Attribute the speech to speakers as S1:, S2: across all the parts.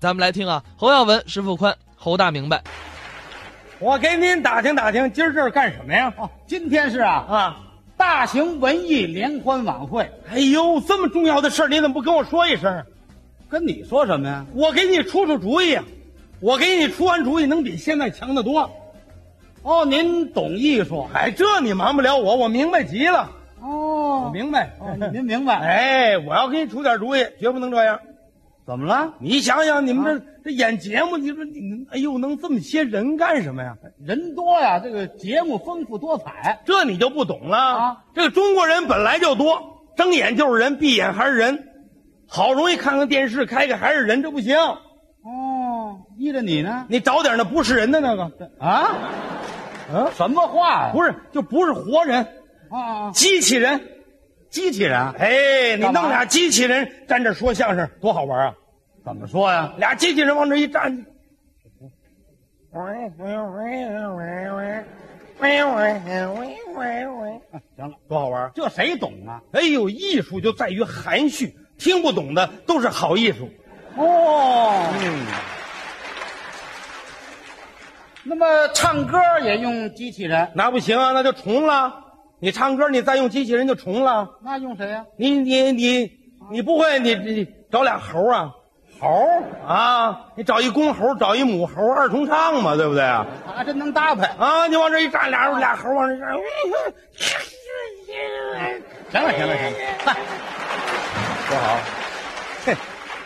S1: 咱们来听啊，侯耀文、石富宽、侯大明白。
S2: 我给您打听打听，今儿这儿干什么呀？
S3: 哦，今天是啊
S2: 啊，
S3: 大型文艺联欢晚会，
S2: 哎呦，这么重要的事儿，你怎么不跟我说一声？
S3: 跟你说什么呀？
S2: 我给你出出主意啊，我给你出完主意，能比现在强得多。
S3: 哦，您懂艺术
S2: 哎，这你瞒不了我，我明白极了，我
S3: 哦，
S2: 明白。
S3: 您明白？，
S2: 哎，我要给你出点主意，绝不能这样。
S3: 怎么了？
S2: 你想想，你们这、这演节目，你说你，哎呦，能这么些人干什么呀？
S3: 人多呀，这个节目丰富多彩。
S2: 这你就不懂了
S3: 啊！
S2: 这个中国人本来就多，睁眼就是人，闭眼还是人，好容易看看电视，开开还是人，这不行。
S3: 哦，依着你呢？
S2: 你找点那不是人的那个，
S3: 啊？呃
S2: 嗯
S3: 什么话呀？
S2: 不是就不是活人，
S3: 啊啊啊！
S2: 机器人。
S3: 机器人
S2: 哎，你弄
S3: 干嘛
S2: 俩机器人站这说相声，多好玩啊！
S3: 怎么说呀？
S2: 俩机器人往这一站，
S3: 啊行了，
S2: 多好玩啊！
S3: 这谁懂啊？
S2: 哎呦，艺术就在于含蓄，听不懂的都是好艺术。
S3: 哦，那么唱歌也用机器人，
S2: 那不行啊，那就重了。你唱歌，你再用机器人就重了。
S3: 那用谁呀、
S2: 你你你你不会你你找俩猴啊？猴啊，你找一公猴，找一母猴，二重唱嘛，对不对啊？
S3: 他还真能搭配。
S2: 啊，你往这一站，俩俩猴往这一站，
S3: 行了行了行了，嗨，
S2: 多好！嘿，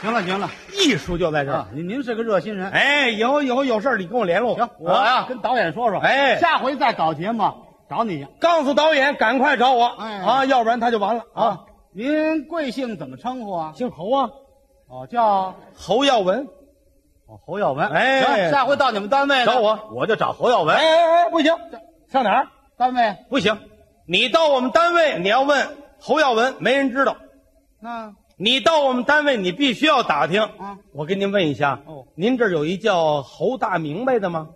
S3: 行了行了，
S2: 艺术就在这儿
S3: 啊。，您您是个热心人。
S2: 哎，以后以后有事儿你跟我联络。
S3: 行，我呀、跟导演说说，
S2: 哎
S3: 下回再搞节目找你啊
S2: 告诉导演赶快找我
S3: 哎
S2: 啊，要不然他就完了啊。。
S3: 您贵姓怎么称呼啊？
S2: 姓侯啊，
S3: 哦，叫
S2: 侯耀文。
S3: 哦侯耀文。
S2: 哎
S3: 行，下回到你们单位呢
S2: 找我，
S3: 哎我就找侯耀文
S2: 哎哎哎，不行，上哪儿？
S3: 单位
S2: 不行，你到我们单位，你要问侯耀文，没人知道。
S3: 那
S2: 你到我们单位，你必须要打听。
S3: 啊
S2: 我跟您问一下，
S3: 哦，
S2: 您这儿有一叫侯大明白的吗？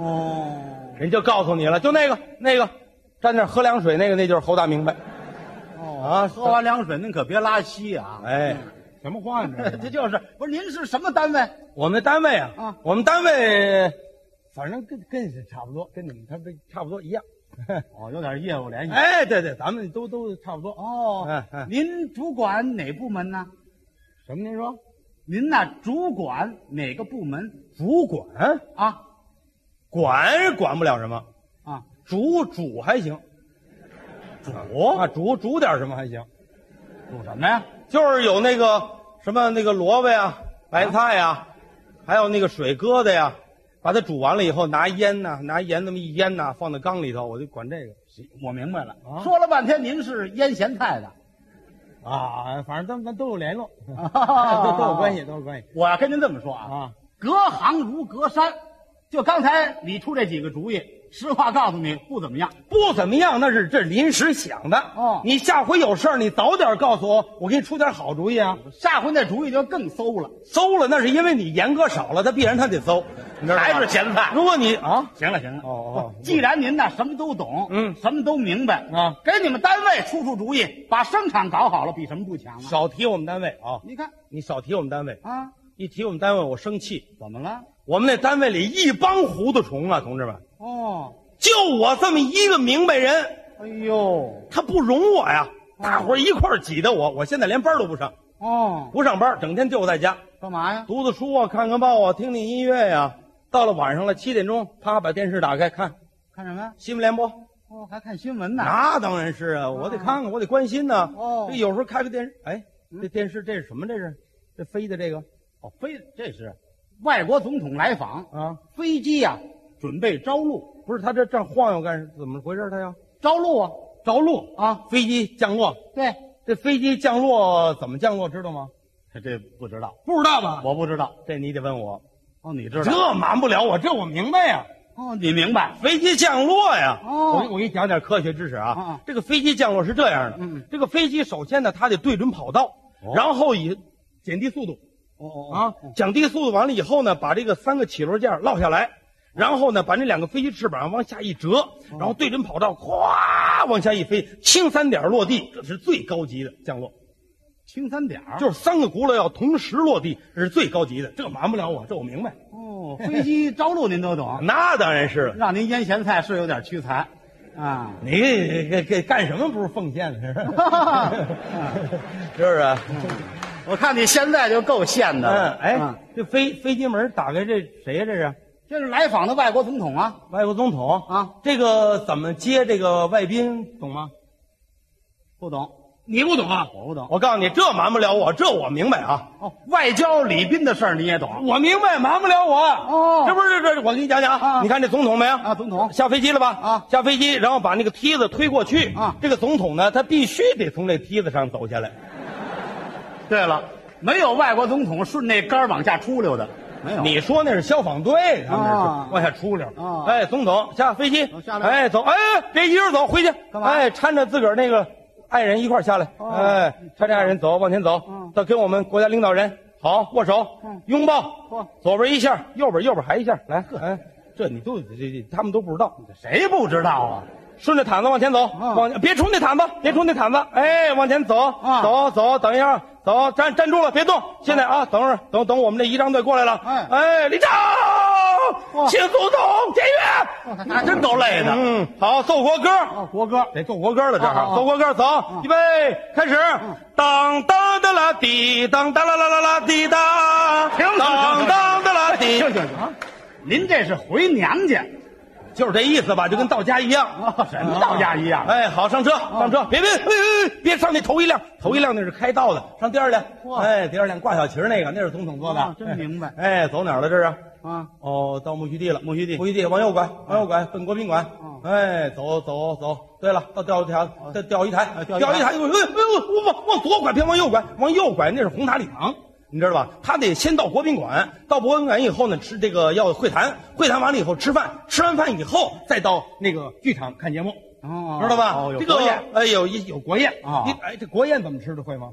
S3: 哦
S2: 人就告诉你了，就那个那个，站那儿喝凉水那个，那就是侯大明白。
S3: 哦
S2: 啊
S3: 喝完凉水您可别拉稀啊！
S2: 哎，什么话你
S3: 这就是不是您是什么单位？
S2: 我们的单位啊，
S3: 啊
S2: 我们单位，反正跟跟是差不多，跟你们他们差不多一样。
S3: 哦，有点业务联系。
S2: 哎，对对，咱们都都差不多。
S3: 哦，
S2: 哎哎
S3: 您主管哪部门呢？
S2: 什么？您说
S3: 您呐、主管哪个部门
S2: 主管
S3: 啊？
S2: 管是管不了什么，
S3: 啊，
S2: 主主还行，主啊主主点什么还行。
S3: 主什么呀？
S2: 就是有那个什么那个萝卜呀、白菜呀，还有那个水疙瘩呀，把它煮完了以后拿烟呐、拿盐那么一腌呐、放在缸里头，我就管这个
S3: 我明白了，
S2: 啊
S3: 说了半天您是腌咸菜的，
S2: 啊，反正咱咱都有联络，
S3: 啊
S2: 都都有关系，都有关系
S3: 我要跟您这么说啊，
S2: 啊。
S3: 隔行如隔山。就刚才你出这几个主意，实话告诉你不怎么样。
S2: 不怎么样，那是这是临时想的。
S3: 哦
S2: 你下回有事儿，你早点告诉我，我给你出点好主意啊。
S3: 下回那主意就更馊了。
S2: 馊了，那是因为你严格少了，他必然他得馊，你知道吗
S3: 还是咸菜
S2: 如果你啊，
S3: 行了行了，
S2: 哦哦
S3: 既然您呐什么都懂，
S2: 嗯
S3: 什么都明白
S2: 啊，
S3: 给你们单位出出主意，把生产搞好了，比什么不强啊？
S2: 少提我们单位啊，
S3: 你看
S2: 你少提我们单位，
S3: 啊，
S2: 一提我们单位我生气。
S3: 怎么了？
S2: 我们那单位里一帮糊涂虫啊，同志们，
S3: 哦，
S2: 就我这么一个明白人，
S3: 哎呦，
S2: 他不容我呀。大伙儿一块儿挤得我，我现在连班都不上，
S3: 哦，
S2: 不上班，整天就在家
S3: 干嘛呀？
S2: 读读书啊，看看报啊，听听音乐呀、到了晚上了，七点钟，啪，把电视打开看
S3: 看什么呀？
S2: 新闻联播。
S3: 哦，还看新闻呢。
S2: 那当然是啊，我得看看，我得关心呐。
S3: 哦
S2: 这有时候开个电视，哎，这电视这是什么？这是这飞的这啊个
S3: 哦，飞，这是外国总统来访，
S2: 啊？
S3: 飞机呀、准备着陆，
S2: 不是，他这这样晃悠干什么？怎么回事？他要
S3: 着陆啊
S2: 着陆，
S3: 啊，
S2: 飞机降落。
S3: 对，
S2: 这飞机降落怎么降落，知道吗？
S3: 这不知道，
S2: 不知道吧？
S3: 我不知道。
S2: 这你得问我，
S3: 哦，你知道？
S2: 这瞒不了我，这我明白呀。
S3: 哦，你明白？
S2: 飞机降落呀，
S3: 哦
S2: 我给我给你讲点科学知识啊。
S3: 嗯嗯
S2: 这个飞机降落是这样的，
S3: 嗯嗯
S2: 这个飞机首先呢，它得对准跑道，
S3: 哦
S2: 然后以减低速度
S3: 哦哦
S2: 啊，降低速度完了以后呢，把这个三个起落架落下来，然后呢，把那两个飞机翅膀往下一折，然后对准跑道，咵往下一飞，轻三点落地，这是最高级的降落。
S3: 青三点儿
S2: 就是三个轱辘要同时落地，这是最高级的，这瞒不了我，这我明白。
S3: 哦，飞机着陆您都懂，
S2: 那当然是了，
S3: 让您腌咸菜是有点屈才，啊，
S2: 你给给给干什么不是奉献 的？是不啊是？
S3: 我看你现在就够现的
S2: 嗯
S3: 了，，
S2: 哎
S3: 嗯，
S2: 这飞飞机门打开，这谁呀？这是
S3: 这是来访的外国总统啊，
S2: 外国总统
S3: 啊？
S2: 这个怎么接这个外宾，懂吗？
S3: 不懂，
S2: 你不懂啊？
S3: 我不懂。
S2: 我告诉你，这瞒不了我，这我明白啊。
S3: 哦，外交礼宾的事儿你也懂
S2: 我明白，瞒不了我。
S3: 哦
S2: 这不是这，我给你讲讲
S3: 啊
S2: 你看这总统没有？
S3: 啊，总统
S2: 下飞机了吧？
S3: 啊
S2: 下飞机，然后把那个梯子推过去。
S3: 啊哎
S2: 这个总统呢，他必须得从这梯子上走下来。
S3: 对了，没有外国总统顺那杆儿往下出溜的，没有。
S2: 你说那是消防队，他们是
S3: 啊
S2: 往下出溜。
S3: 啊
S2: 哎，总统下飞机
S3: 哦，下来
S2: 哎，走，哎，别一人走，回去
S3: 干嘛
S2: 哎，搀着自个儿那个爱人一块儿下来。
S3: 哦
S2: 哎，搀着爱人走，往前走
S3: 嗯，
S2: 到跟我们国家领导人好握手
S3: 嗯，
S2: 拥抱
S3: 嚯，
S2: 左边一下，右边右边还一下，来，哎，这你都这这他们都不知道。
S3: 谁不知道啊？
S2: 顺着毯子往前走，
S3: 嗯
S2: 往别冲那毯子，别冲那毯子，哎，往前走，
S3: 啊
S2: 走走，等一下，走，站站住了，别动，现在啊，等会儿，等等，我们这仪仗队过来了，
S3: 哎
S2: 哎，立正，
S3: 哇
S2: 请总统检阅，
S3: 啊那真够累的
S2: 嗯，好，奏国歌，
S3: 哦，国歌
S2: 得奏国歌了，这嗯
S3: 啊啊
S2: 哈，
S3: 啊
S2: 奏国歌，走，预备，开始，当当的啦滴，当当啦啦啦啦滴答，
S3: 停停停
S2: 当当的啦滴，
S3: 行行啊，您这是回娘家
S2: 就是这意思吧，就跟到家一样。
S3: 啊？什么道家一样？
S2: 哎，好，上车，上车，别别别别别上那头一辆，头一辆那是开道的，上第二辆。
S3: 哇
S2: 哎，第二辆挂小旗儿那个，那是总统做的
S3: 啊，真明白
S2: 哎，走哪儿了这是？
S3: 啊，
S2: 哦，到木须地了，
S3: 木须地
S2: 木须地往右拐，往右拐，奔国宾馆
S3: 嗯。
S2: 哎，走走走，对了，到钓鱼台，到钓鱼台，
S3: 钓
S2: 钓
S3: 鱼台
S2: 鱼台，哎呦哎呦，我往往左拐，别往右拐，往右拐那是红塔礼堂。你知道吧？他得先到国宾馆，到国宾馆以后呢，吃这个要会谈，会谈完了以后吃饭，吃完饭以后再到那个剧场看节目。
S3: 哦
S2: 知道吧？
S3: 哦，有
S2: 这个
S3: 国宴，
S2: 哎，有一有国宴
S3: 啊
S2: 你哎，这国宴怎么吃的会吗？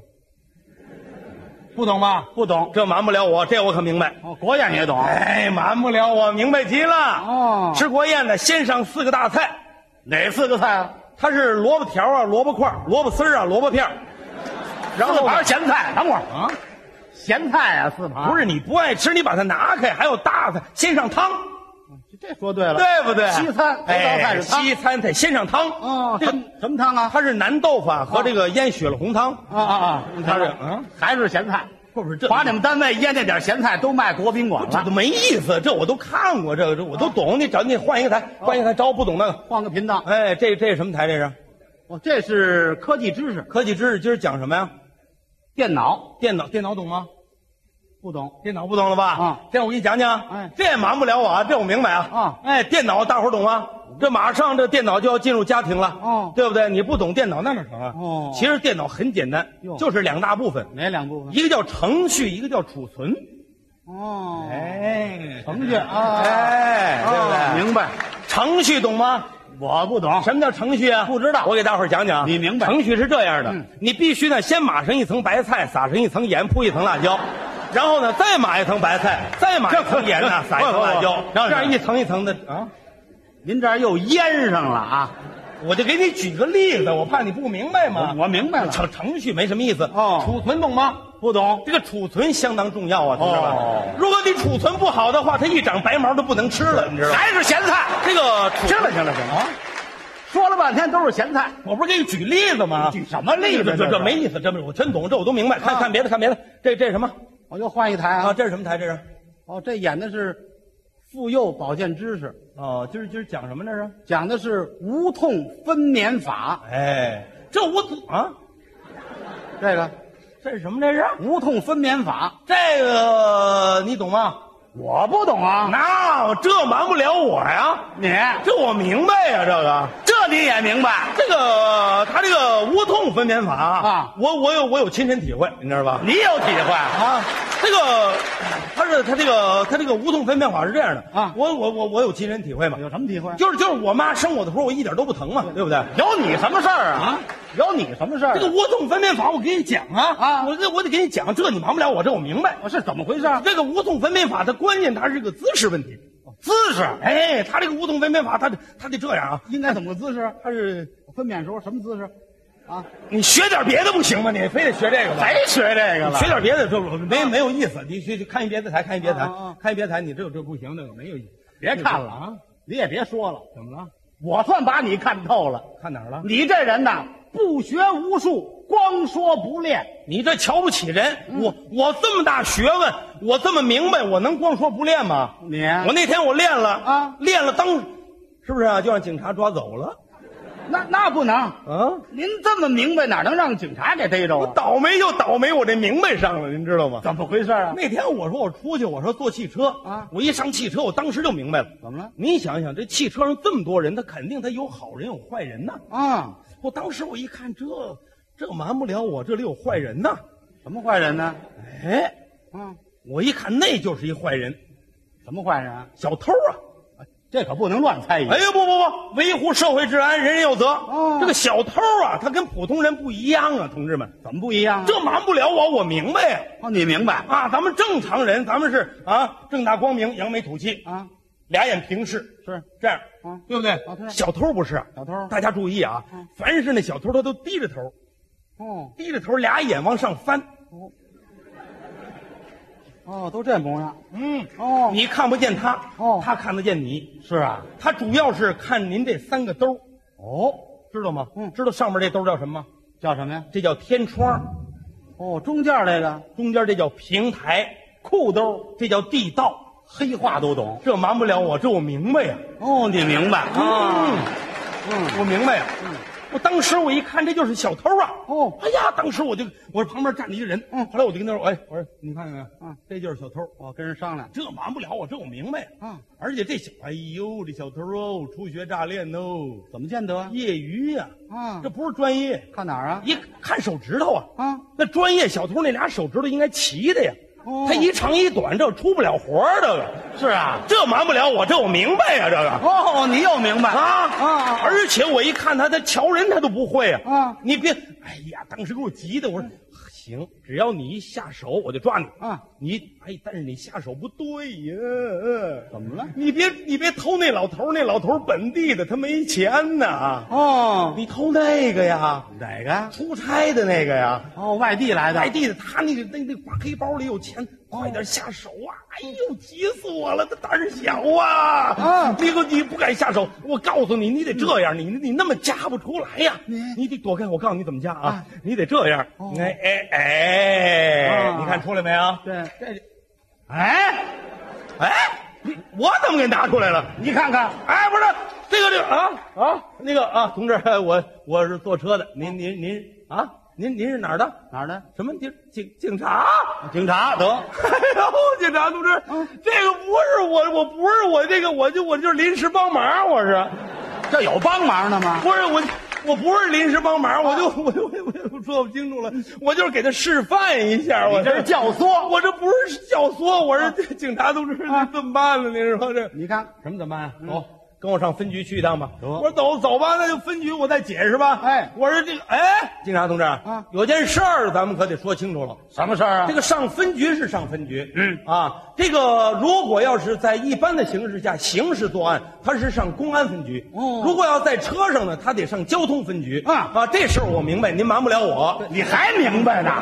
S2: 不懂吧？
S3: 不懂
S2: 这瞒不了我，这我可明白。
S3: 哦，国宴也懂
S2: 哎，瞒不了我，明白极了。
S3: 哦
S2: 吃国宴呢，先上四个大菜，
S3: 哪四个菜啊？
S2: 它是萝卜条啊、萝卜块、萝卜丝儿啊、萝卜片儿然
S3: 四
S2: 后呢
S3: 盘咸菜，等会儿啊，咸菜啊，四盘
S2: 不是你不爱吃，你把它拿开，还有大菜，先上汤，
S3: 是这说对了，
S2: 对不对？
S3: 西餐头道菜
S2: 哎，
S3: 是汤
S2: 西餐得先上汤。
S3: 哦，
S2: 这
S3: 什
S2: 个
S3: 么什么汤啊？
S2: 它是南豆腐啊和这个腌雪了红汤。
S3: 啊啊啊！
S2: 他是
S3: 嗯
S2: 嗯，
S3: 还是咸菜，
S2: 不是这
S3: 把你们单位腌那点咸菜都卖国宾馆
S2: 这都
S3: 了，
S2: 没意思，这我都看过，这个这我都懂。你找你换一个台，换一个台，找我不懂那个。
S3: 换个频道。
S2: 哎，这这是什么台？这是
S3: 哦，这是科技知识，
S2: 科技知识，今儿讲什么呀？
S3: 电脑
S2: 电脑，电脑懂吗？
S3: 不懂。
S2: 电脑不懂了吧？
S3: 啊，
S2: 这样我给你讲讲。
S3: 哎
S2: 这也瞒不了我啊，这我明白啊。
S3: 啊
S2: 哎，电脑大伙儿懂吗？这马上这电脑就要进入家庭了，
S3: 哦
S2: 对不对？你不懂电脑那哪成啊？
S3: 哦
S2: 其实电脑很简单
S3: 哟，嗯
S2: 就是两大部分，
S3: 哪两部分？
S2: 一个叫程序，一个叫储存。
S3: 哦，
S2: 哎，
S3: 程序啊，
S2: 哎，对不
S3: 啊
S2: 对？
S3: 明白。
S2: 程序懂吗？
S3: 我不懂，
S2: 什么叫程序啊？不知道，我给大伙儿讲讲啊。
S3: 你明白
S2: 程序是这样的
S3: 嗯，
S2: 你必须呢先码上一层白菜，撒上一层盐，铺一层辣椒，然后呢再码一层白菜，再码一层盐呢，撒一层辣椒
S3: 不不，不
S2: 这样一层一层的啊。
S3: 您这儿又腌上了啊！
S2: 我就给你举个例子，我怕你不明白嘛。
S3: 我我明白了
S2: 程程序没什么意思
S3: 哦
S2: 储存懂吗？
S3: 不懂，
S2: 这个储存相当重要啊，同志们
S3: 哦。
S2: 如果你储存不好的话，它一长白毛都不能吃了，你知道吗？
S3: 还是咸菜。
S2: 这个储
S3: 行了行了行了，啊说了半天都是咸菜，
S2: 我不是给你举例子吗？
S3: 举什么例子
S2: 这这
S3: 这
S2: 这
S3: 是
S2: 没意思，这没我真懂，这我都明白。看看别的，看别的，这这是什么
S3: 我又换一台
S2: 啊？
S3: 啊。
S2: 这是什么台？这是
S3: 哦，这演的是妇幼保健知识，
S2: 哦，今儿今儿讲什么这是？
S3: 讲的是无痛分娩法。
S2: 哎，这我怎啊？
S3: 这个
S2: 这是什么？这是
S3: 无痛分娩法，
S2: 这个你懂吗？
S3: 我不懂啊。
S2: 那这瞒不了我呀，
S3: 你
S2: 这我明白呀，这个。
S3: 这你也明白？
S2: 这个他这个无痛分娩法
S3: 啊
S2: 我我有我有亲身体会，你知道吧？
S3: 你有体会啊？
S2: 啊，这个他是他这个他这个无痛分娩法是这样的
S3: 啊
S2: 我我我我有亲身体会嘛，
S3: 有什么体会？
S2: 就是就是我妈生我的时候，我一点都不疼嘛，对不对？
S3: 有你什么事儿啊？有你什么事儿啊？
S2: 这个无痛分娩法，我给你讲啊
S3: 啊
S2: 我这我得给你讲，这你瞒不了我，这我明白。
S3: 我是怎么回事？
S2: 这个无痛分娩法，它关键它是个姿势问题。
S3: 哦姿势
S2: 哎，它这个无痛分娩法，它得它得这样啊，
S3: 应该怎么个姿势？
S2: 它是
S3: 分娩时候什么姿势？啊，
S2: 你学点别的不行吗？你非得学这个吗？
S3: 谁学这个了？
S2: 学点别的就没没有意思。你去去看一别的台，看一别的台
S3: 啊啊啊，
S2: 看一别的台，你这个这不行，那个没有意思。
S3: 别看了啊，你也别说了，
S2: 怎么了？
S3: 我算把你看透了。
S2: 看哪儿了？
S3: 你这人呐，不学无术，光说不练。
S2: 你这瞧不起人！我我这么大学问，我这么明白，我能光说不练吗？
S3: 你
S2: 我那天我练了
S3: 啊
S2: 练了当，是不是啊？就让警察抓走了
S3: 那那不能，
S2: 啊？
S3: 您这么明白，哪能让警察给逮着
S2: 我
S3: 啊？
S2: 倒霉就倒霉，我这明白上了，您知道吗？
S3: 怎么回事啊？
S2: 那天我说我出去，我说坐汽车
S3: 啊
S2: 我一上汽车，我当时就明白了。
S3: 怎么了？
S2: 您想想，这汽车上这么多人，他肯定他有好人有坏人呐。
S3: 啊，
S2: 我当时我一看，这这瞒不了我，这里有坏人呐。
S3: 什么坏人呢？
S2: 哎，
S3: 啊，
S2: 我一看那就是一坏人，
S3: 什么坏人啊？
S2: 小偷啊！
S3: 这可不能乱猜疑。
S2: 哎呀，不不不，维护社会治安，人人有责。
S3: 哦
S2: 这个小偷啊，他跟普通人不一样啊，同志们，
S3: 怎么不一样啊？
S2: 这瞒不了我，我明白呀。
S3: 哦，你明白
S2: 啊，咱们正常人，咱们是啊，正大光明，扬眉吐气，
S3: 啊？
S2: 俩眼平视，
S3: 是
S2: 这样，
S3: 啊，
S2: 对不对？
S3: 小偷
S2: 小偷不是，
S3: 小偷
S2: 大家注意啊，
S3: 嗯
S2: 凡是那小偷，他都低着头，
S3: 哦
S2: 低着头，俩眼往上翻，
S3: 哦，都这模样。
S2: 嗯，
S3: 哦
S2: 你看不见他，
S3: 哦
S2: 他看得见你，
S3: 是啊。
S2: 他主要是看您这三个兜，
S3: 哦，
S2: 知道吗？
S3: 嗯
S2: 知道上面这兜叫什么吗？
S3: 叫什么呀？
S2: 这叫天窗，
S3: 哦，中间这个
S2: 中间这叫平台，
S3: 裤兜，
S2: 这叫地道，
S3: 黑话都懂。
S2: 这瞒不了我，这我明白呀、
S3: 哦，你明白
S2: 嗯，
S3: 嗯，
S2: 我明白呀、我当时我一看，这就是小偷啊！
S3: 哦
S2: 哎呀，当时我就我旁边站着一个人，
S3: 嗯
S2: 后来我就跟他说：“哎，我说你看见没有？
S3: 嗯，
S2: 这就是小偷，
S3: 我跟人商量。
S2: 这瞒不了我，这我明白
S3: 啊。
S2: 而且这小，哎呦，这小偷哦，初学乍练哦，
S3: 怎么见得啊？
S2: 业余呀、
S3: 啊
S2: 这不是专业，
S3: 看哪儿啊？
S2: 一看手指头啊，
S3: 啊，
S2: 那专业小偷那俩手指头应该齐的呀，
S3: 哦
S2: 他一长一短，这出不了活儿，这个
S3: 是啊。
S2: 这瞒不了我，这我明白呀、这个。
S3: 哦，你又明白
S2: 啊
S3: 啊啊
S2: 而且我一看他，他瞧人他都不会啊！
S3: 啊
S2: 你别，哎呀，当时给我急的，我说行，只要你一下手，我就抓你
S3: 啊！
S2: 你哎，但是你下手不对呀，
S3: 怎么了？
S2: 你别你别偷那老头儿，那老头儿本地的，他没钱呐，
S3: 哦，
S2: 你偷那个呀，
S3: 哪个？
S2: 出差的那个呀。
S3: 哦，外地来的。
S2: 外地的他那个那那挂黑包里有钱，快点下手啊！哎呦，急死我了，他胆儿小啊！
S3: 啊
S2: 你给我你不敢下手，我告诉你，你得这样，你你你那么夹不出来呀、
S3: 你
S2: 你得躲开，我告诉你怎么夹啊！
S3: 嗯啊
S2: 你得这样，
S3: 哦
S2: 哎哎哎，
S3: 啊
S2: 你看出来没有？
S3: 对，这，哎，
S2: 哎，你我怎么给拿出来了？
S3: 你看看，
S2: 哎，不是这个这个啊
S3: 啊，
S2: 那个啊，同志，我我是坐车的，您您您啊，您您是哪儿的？
S3: 哪儿的？
S2: 什么警警警察？
S3: 警察得。
S2: 哎呦，警察同志，这个不是我，我不是我，这个我就我就是临时帮忙，我是，
S3: 这有帮忙的吗？
S2: 不是我，我不是临时帮忙，我就我就我就我就说不清楚了，我就是给他示范一下，我
S3: 你这是教唆。
S2: 我这不是教唆，我是警察同志，这怎么办呢？您说这
S3: 你看，
S2: 啊什么怎么办、啊走，跟我上分局去一趟吧。
S3: 得
S2: 我说走走吧，那就分局我再解释吧。
S3: 哎
S2: 我说这个，哎，警察同志啊有件事儿咱们可得说清楚了。
S3: 什么事儿啊
S2: 这
S3: 这
S2: 个上分局是上分局，嗯啊，这个如果要是在一般的形势下刑事作案，他是上公安分局。
S3: 哦
S2: 如果要在车上呢，他得上交通分局。
S3: 啊
S2: 啊，这事儿我明白，您瞒不了我。
S3: 个你还明白呢？